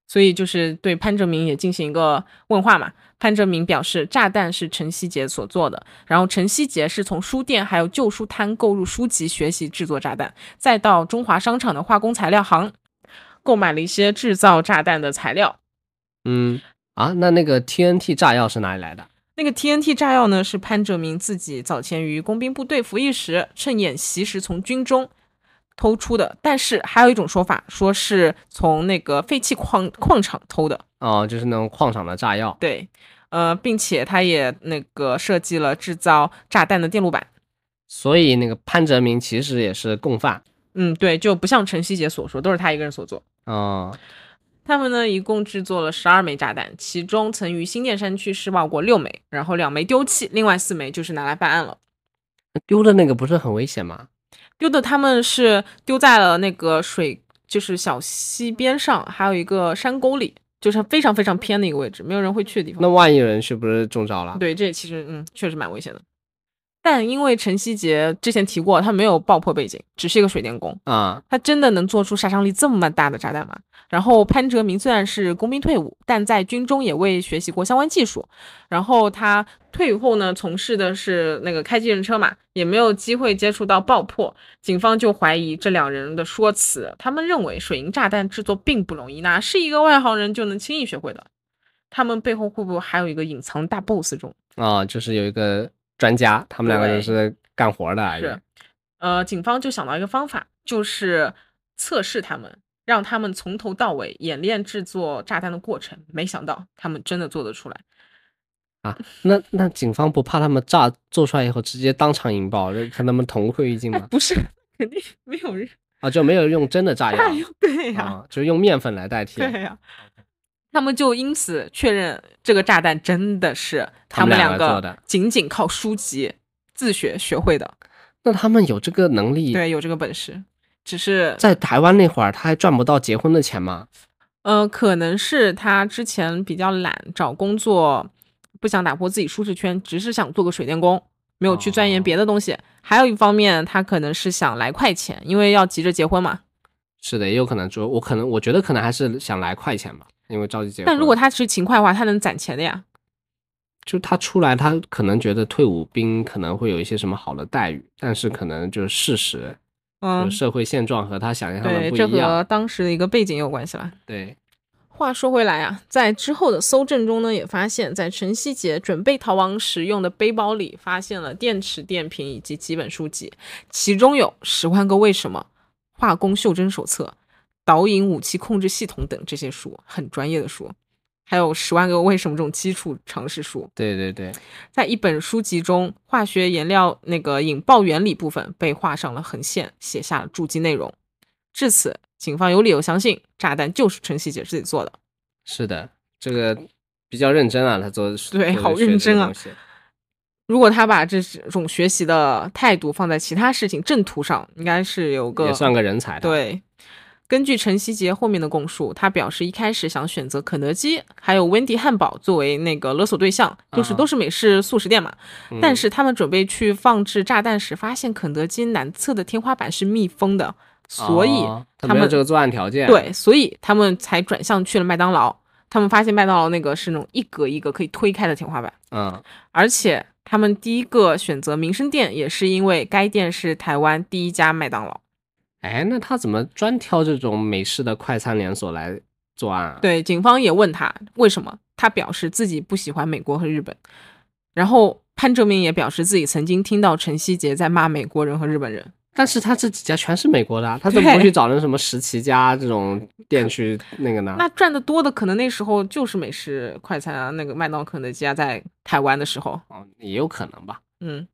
所以就是对潘哲明也进行一个问话嘛。潘哲明表示，炸弹是陈希杰所做的，然后陈希杰是从书店还有旧书摊购入书籍，学习制作炸弹，再到中华商场的化工材料行购买了一些制造炸弹的材料。
嗯啊，那那个 TNT 炸药是哪里来的？
那个 TNT 炸药呢，是潘哲明自己早前于工兵部队服役时，趁演习时从军中偷出的。但是还有一种说法，说是从那个废弃矿矿场偷的。
哦，就是那种矿场的炸药。
对，呃，并且他也那个设计了制造炸弹的电路板。
所以那个潘哲明其实也是共犯。
嗯，对，就不像陈希杰所说，都是他一个人所做。
哦，
他们呢，一共制作了十二枚炸弹，其中曾于新店山区施暴过六枚，然后两枚丢弃，另外四枚就是拿来办案了。
丢的那个不是很危险吗？
丢的他们是丢在了那个水，就是小溪边上，还有一个山沟里，就是非常非常偏的一个位置，没有人会去的地方。
那万一有人去，不是中招了？
对，这其实嗯，确实蛮危险的。但因为陈希杰之前提过，他没有爆破背景，只是一个水电工，
啊、
他真的能做出杀伤力这么大的炸弹吗？然后潘哲明虽然是工兵退伍，但在军中也未学习过相关技术。然后他退伍后呢，从事的是那个开机人车嘛，也没有机会接触到爆破。警方就怀疑这两人的说辞，他们认为水银炸弹制作并不容易，哪是一个外行人就能轻易学会的？他们背后会不会还有一个隐藏大 boss 中？
啊、就是有一个专家，他们两个
对
人是干活的而已。
是，呃，警方就想到一个方法，就是测试他们，让他们从头到尾演练制作炸弹的过程。没想到他们真的做得出来。
那那警方不怕他们炸做出来以后直接当场引爆，就看他们同归于尽
哎，
吗？
不是，肯定没有人
啊，就没有用真 的炸
大
药
用。对呀、
啊，就是用面粉来代替。
对呀、他们就因此确认这个炸弹真的是他
他们
们
两
两
个做
个
的
仅仅靠书籍自学学会的。
那他们有这个能力，
对，有这个本事，只是
在台湾那会儿他还赚不到结婚的钱吗？
呃，可能是他之前比较懒，找工作不想打破自己舒适圈，只是想做个水电工，没有去钻研
哦
别的东西。还有一方面，他可能是想来快钱，因为要急着结婚嘛。
是的，也有可能说，我可能我觉得可能还是想来快钱吧，因为着急结婚。
但如果他是勤快的话，他能攒钱的呀。
就他出来，他可能觉得退伍兵可能会有一些什么好的待遇，但是可能就是事实，
嗯
就，社会现状和他想象的
对，
不
这
一样。
和当时的一个背景也有关系吧。
对，
话说回来啊，在之后的搜证中呢，也发现，在陈希杰准备逃亡时用的背包里，发现了电池、电瓶以及几本书籍，其中有《十万个为什么》《化工袖珍手册》《导引武器控制系统》等这些书，很专业的书，还有《十万个为什么》这种基础常识书。
对对对，
在一本书籍中，化学颜料那个引爆原理部分被画上了横线，写下了注记内容。至此，警方有理由相信炸弹就是陈希杰自己做的。
是的，这个比较认真啊，他做
对好认真啊。如果他把这种学习的态度放在其他事情正途上，应该是有
做
个
这个东西也算个人才的。，
对。根据陈希杰后面的供述，他表示一开始想选择肯德基还有温迪汉堡作为那个勒索对象，就是
啊
都是美式速食店嘛。
嗯
但是他们准备去放置炸弹时，发现肯德基南侧的天花板是密封的，所以
哦
他
没有
们
这个作案条件，，
对，所以他们才转向去了麦当劳。他们发现麦当劳那个是那种一格一格可以推开的天花板，
嗯
而且他们第一个选择民生店，也是因为该店是台湾第一家麦当劳。
哎，那他怎么专挑这种美式的快餐连锁来作案啊？，
对，警方也问他为什么，他表示自己不喜欢美国和日本。然后潘正明也表示自己曾经听到陈希杰在骂美国人和日本人。
但是他这几家全是美国的啊，他怎么不
对
去找那什么十七家这种店去那个呢？
那赚的多的可能那时候就是美式快餐啊，那个麦当劳、肯德基啊，在台湾的时候，
哦，也有可能吧。
嗯，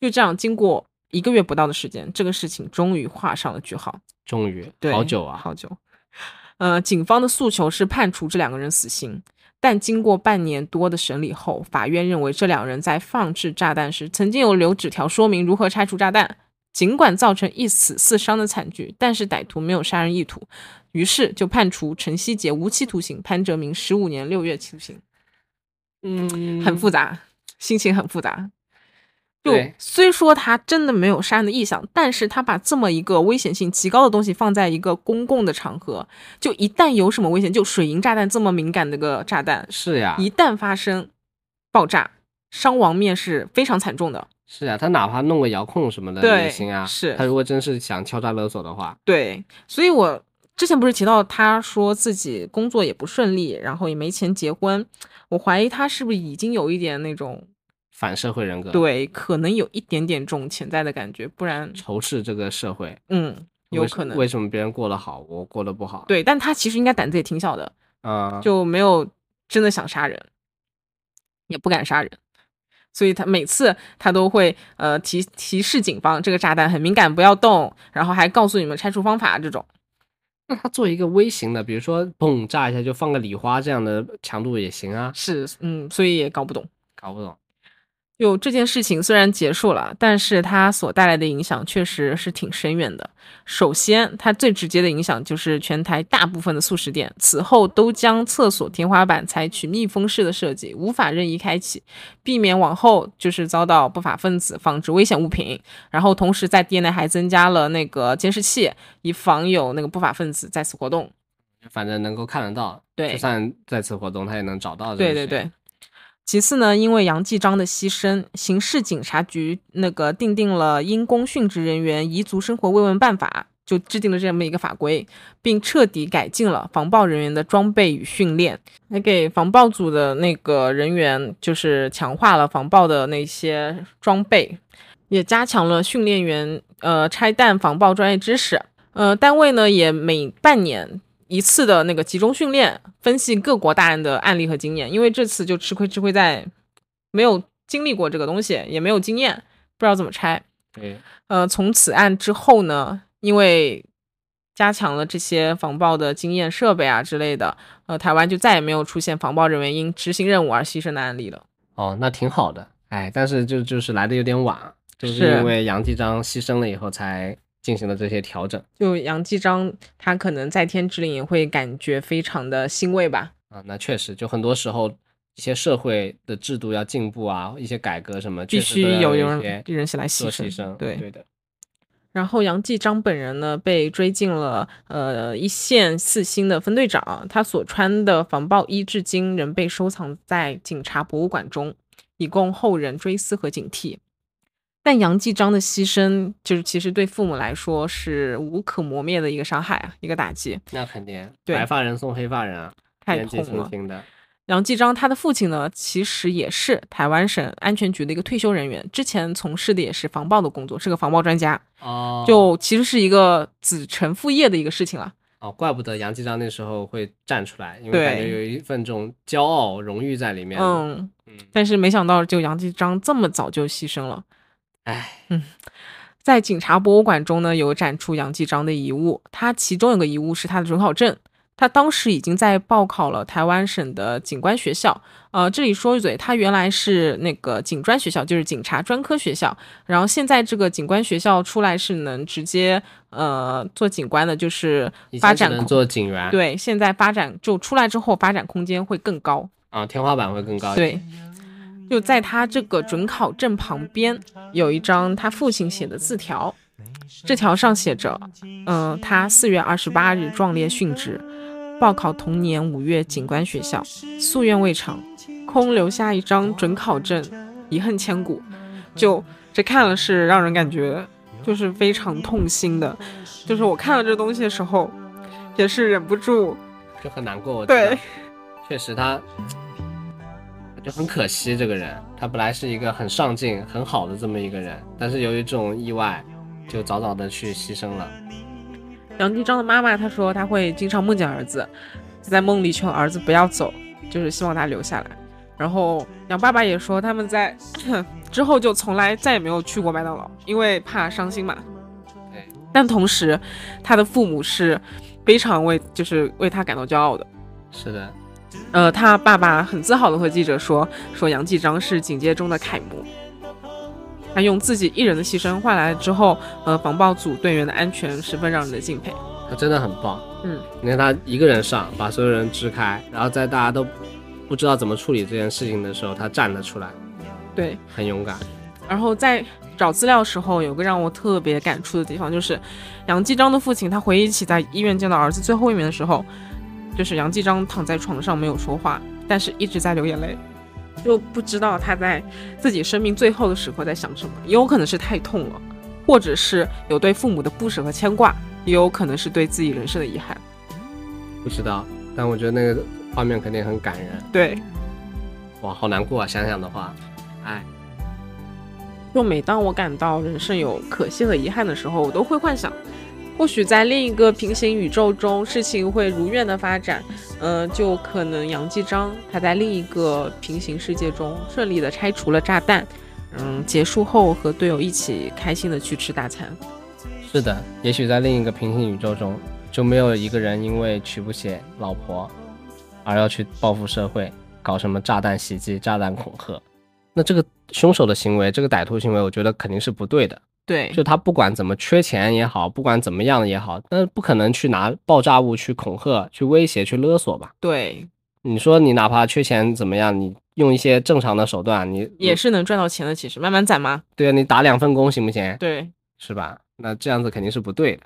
就这样，经过一个月不到的时间，这个事情终于画上了句号。
终于，
对，
好久啊，
好久。呃，警方的诉求是判处这两个人死刑，但经过半年多的审理后，法院认为这两人在放置炸弹时曾经有留纸条说明如何拆除炸弹，尽管造成一死四伤的惨剧，但是歹徒没有杀人意图，于是就判处陈希杰无期徒刑，潘哲明十五年六月徒刑。
嗯
很复杂，心情很复杂。就
对
虽说他真的没有杀人的意向，但是他把这么一个危险性极高的东西放在一个公共的场合，就一旦有什么危险，就水银炸弹这么敏感的个炸弹，
是呀，
一旦发生爆炸，伤亡面是非常惨重的。
是啊呀，他哪怕弄个遥控什么的
对
也行啊。
是
他如果真是想敲诈勒索的话，
对，所以我之前不是提到他说自己工作也不顺利，然后也没钱结婚，我怀疑他是不是已经有一点那种
反社会人格，，
对，可能有一点点这种潜在的感觉，不然
仇视这个社会，
嗯，有
为什
可能
为什么别人过得好，我过得不好？，
对，但他其实应该胆子也挺小的，
嗯，
就没有真的想杀人，也不敢杀人，所以他每次他都会呃提提示警方这个炸弹很敏感，不要动，然后还告诉你们拆除方法这种。
那他做一个微型的，比如说砰炸一下就放个礼花这样的强度也行啊，
是，嗯，所以也搞不懂。
搞不懂。
就这件事情虽然结束了，但是它所带来的影响确实是挺深远的。首先，它最直接的影响就是全台大部分的素食店此后都将厕所天花板采取密封式的设计，无法任意开启，避免往后就是遭到不法分子放置危险物品。然后，同时在店内还增加了那个监视器，以防有那个不法分子在此活动。
反正能够看得到，
对
就算在此活动，他也能找到。
对对对，。其次呢，因为杨继章的牺牲，刑事警察局那个订定了《因公殉职人员彝族生活慰问办法》，就制定了这么一个法规，并彻底改进了防暴人员的装备与训练，还给防暴组的那个人员就是强化了防暴的那些装备，也加强了训练员呃拆弹防暴专业知识。呃，单位呢也每半年一次的那个集中训练，分析各国大案的案例和经验。因为这次就吃亏吃亏在没有经历过这个东西，也没有经验，不知道怎么拆。
对，
呃，从此案之后呢，因为加强了这些防暴的经验设备啊之类的，呃，台湾就再也没有出现防暴人员因执行任务而牺牲的案例了。
哦，那挺好的。哎，但是就就是来的有点晚，啊就是
是
因为杨继章牺牲了以后才进行了这些调整
就杨继章，他可能在天之灵也会感觉非常的欣慰吧。
啊。那确实，就很多时候一些社会的制度要进步啊，一些改革什么，
必
确实
须
都要
有
有一
人
些
人起来牺
做
牲，
牺牲。
对。
对的，
然后杨继章本人呢被追进了呃一线四星的分队长，他所穿的防暴衣至今仍被收藏在警察博物馆中，以供后人追思和警惕。但杨继章的牺牲，就是其实对父母来说是无可磨灭的一个伤害啊，一个打击，
那肯定。
对
白发人送黑发人啊，
太
年纪
痛
轻
了。
轻的。
杨继章他的父亲呢，其实也是台湾省安全局的一个退休人员，之前从事的也是防暴的工作，是个防暴专家，
哦，
就其实是一个子承父业的一个事情了。
哦，怪不得杨继章那时候会站出来，因为感觉
对
有一份这种骄傲、荣誉在里面。
嗯，
嗯，
但是没想到就杨继章这么早就牺牲了。嗯
哎，
在警察博物馆中呢，有展出杨继章的遗物，他其中有个遗物是他的准考证。他当时已经在报考了台湾省的警官学校，呃，这里说一嘴，他原来是那个警专学校，就是警察专科学校，然后现在这个警官学校出来是能直接呃做警官的，就是
以前
发
只
展
能
空
做警员，
对，现在发展就出来之后发展空间会更高，
啊，天花板会更高。，
对，就在他这个准考证旁边有一张他父亲写的字条，这条上写着：“嗯、他四月二十八日壮烈殉职，报考同年五月警官学校，夙愿未偿，空留下一张准考证，遗恨千古。”就这看了是让人感觉就是非常痛心的，就是我看了这东西的时候，也是忍不住
就很难过。我知道
对，
确实他就很可惜，这个人他本来是一个很上进、很好的这么一个人，但是由于这种意外，就早早的去牺牲了。
杨继章的妈妈她说她会经常梦见儿子，在梦里求儿子不要走，就是希望他留下来。然后杨爸爸也说他们在 之后就从来再也没有去过麦当劳，因为怕伤心嘛。
对。
但同时，他的父母是非常为就是为他感到骄傲的。
是的，
呃，他爸爸很自豪的和记者说，说杨继章是警界中的楷模。他用自己一人的牺牲换来之后，呃，防暴组队员的安全十分让人的敬佩。
他真的很棒。
嗯，
你看他一个人上，把所有人支开，然后在大家都不知道怎么处理这件事情的时候，他站了出来，
对，
很勇敢。
然后在找资料时候，有个让我特别感触的地方，就是杨继章的父亲，他回忆起在医院见到儿子最后一面的时候，就是杨继章躺在床上没有说话，但是一直在流眼泪，就不知道他在自己生命最后的时刻在想什么，也有可能是太痛了，或者是有对父母的不舍和牵挂，也有可能是对自己人生的遗憾。
不知道，但我觉得那个画面肯定很感人。
对，
哇，好难过啊！想想的话，哎，
就每当我感到人生有可惜和遗憾的时候，我都会幻想，或许在另一个平行宇宙中，事情会如愿的发展。嗯、就可能杨继章他在另一个平行世界中顺利的拆除了炸弹，嗯，结束后和队友一起开心的去吃大餐。
是的，也许在另一个平行宇宙中，就没有一个人因为娶不起老婆而要去报复社会，搞什么炸弹袭击、炸弹恐吓。那这个凶手的行为，这个歹徒行为，我觉得肯定是不对的。
对，
就他不管怎么缺钱也好，不管怎么样也好，但不可能去拿爆炸物去恐吓、去威胁、去勒索吧？
对，
你说你哪怕缺钱怎么样，你用一些正常的手段，你
也是能赚到钱的，其实慢慢攒嘛。
对啊，你打两份工行不行？
对，
是吧？那这样子肯定是不对的。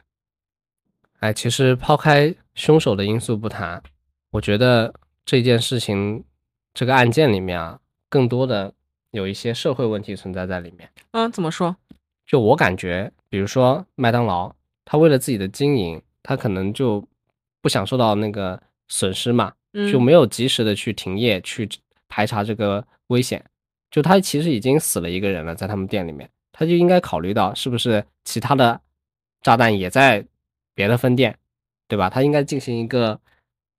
哎，其实抛开凶手的因素不谈，我觉得这件事情、这个案件里面啊，更多的有一些社会问题存在在里面。
嗯，怎么说？
就我感觉，比如说麦当劳，他为了自己的经营，他可能就不想受到那个损失嘛，
嗯，
就没有及时的去停业去排查这个危险。就他其实已经死了一个人了，在他们店里面，他就应该考虑到是不是其他的炸弹也在别的分店，对吧？他应该进行一个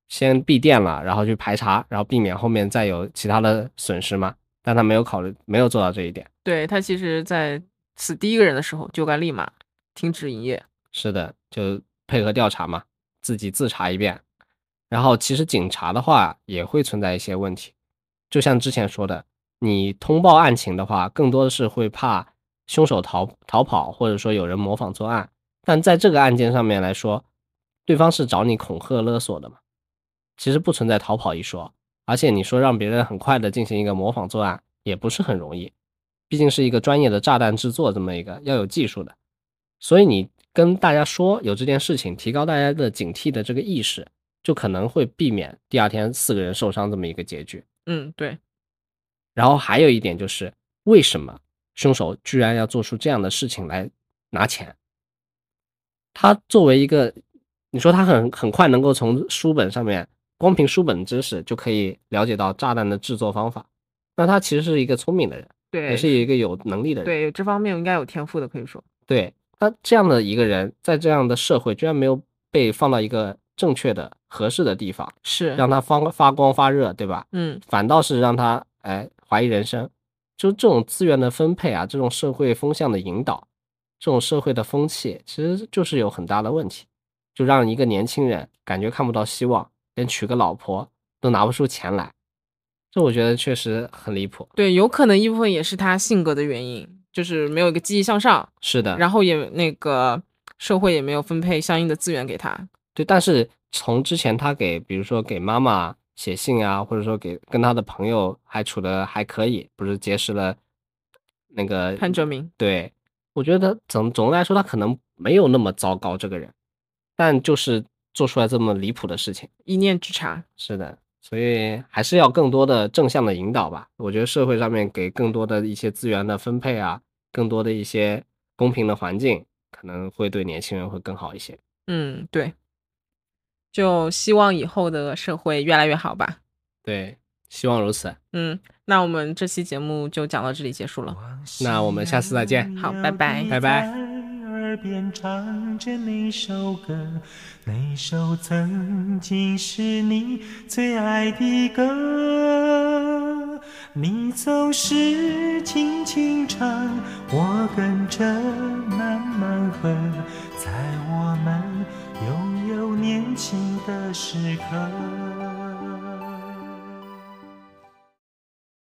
先闭店了，然后去排查，然后避免后面再有其他的损失嘛。但他没有考虑，没有做到这一点。
对他其实在死第一个人的时候就该立马停止营业。
是的，就配合调查嘛，自己自查一遍。然后其实警察的话也会存在一些问题，就像之前说的，你通报案情的话，更多的是会怕凶手逃逃跑，或者说有人模仿作案。但在这个案件上面来说，对方是找你恐吓勒索的嘛，其实不存在逃跑一说。而且你说让别人很快的进行一个模仿作案，也不是很容易，毕竟是一个专业的炸弹制作这么一个要有技术的。所以你跟大家说有这件事情，提高大家的警惕的这个意识，就可能会避免第二天四个人受伤这么一个结局。
嗯，对，
然后还有一点就是，为什么凶手居然要做出这样的事情来拿钱？他作为一个，你说他很很快能够从书本上面，光凭书本知识就可以了解到炸弹的制作方法，那他其实是一个聪明的人，
对，
也是一个有能力的人。
对这方面应该有天赋的，可以说。
对，那这样的一个人，在这样的社会，居然没有被放到一个正确的、合适的地方，
是，
让他发发光发热，对吧？
嗯，
反倒是让他哎怀疑人生。就这种资源的分配啊，这种社会风向的引导，这种社会的风气，其实就是有很大的问题，就让一个年轻人感觉看不到希望，连娶个老婆都拿不出钱来，这我觉得确实很离谱。
对，有可能一部分也是他性格的原因，就是没有一个积极向上，
是的，
然后也那个社会也没有分配相应的资源给他。
对，但是从之前他给，比如说给妈妈写信啊，或者说给跟他的朋友还处的还可以，不是结识了那个
潘哲明，
对，我觉得总总的来说，他可能没有那么糟糕这个人，但就是做出来这么离谱的事情。
一念之差。
是的，所以还是要更多的正向的引导吧。我觉得社会上面给更多的一些资源的分配啊，更多的一些公平的环境，可能会对年轻人会更好一些。
嗯，对。就希望以后的社会越来越好吧。
对，希望如此。
嗯，那我们这期节目就讲到这里结束了。
那我们下次再见。
好拜拜
拜拜。
耳边唱着那首歌，那首曾经是你最爱的歌。你总是轻轻唱，我跟着慢慢和，在我们拥有年轻的时刻。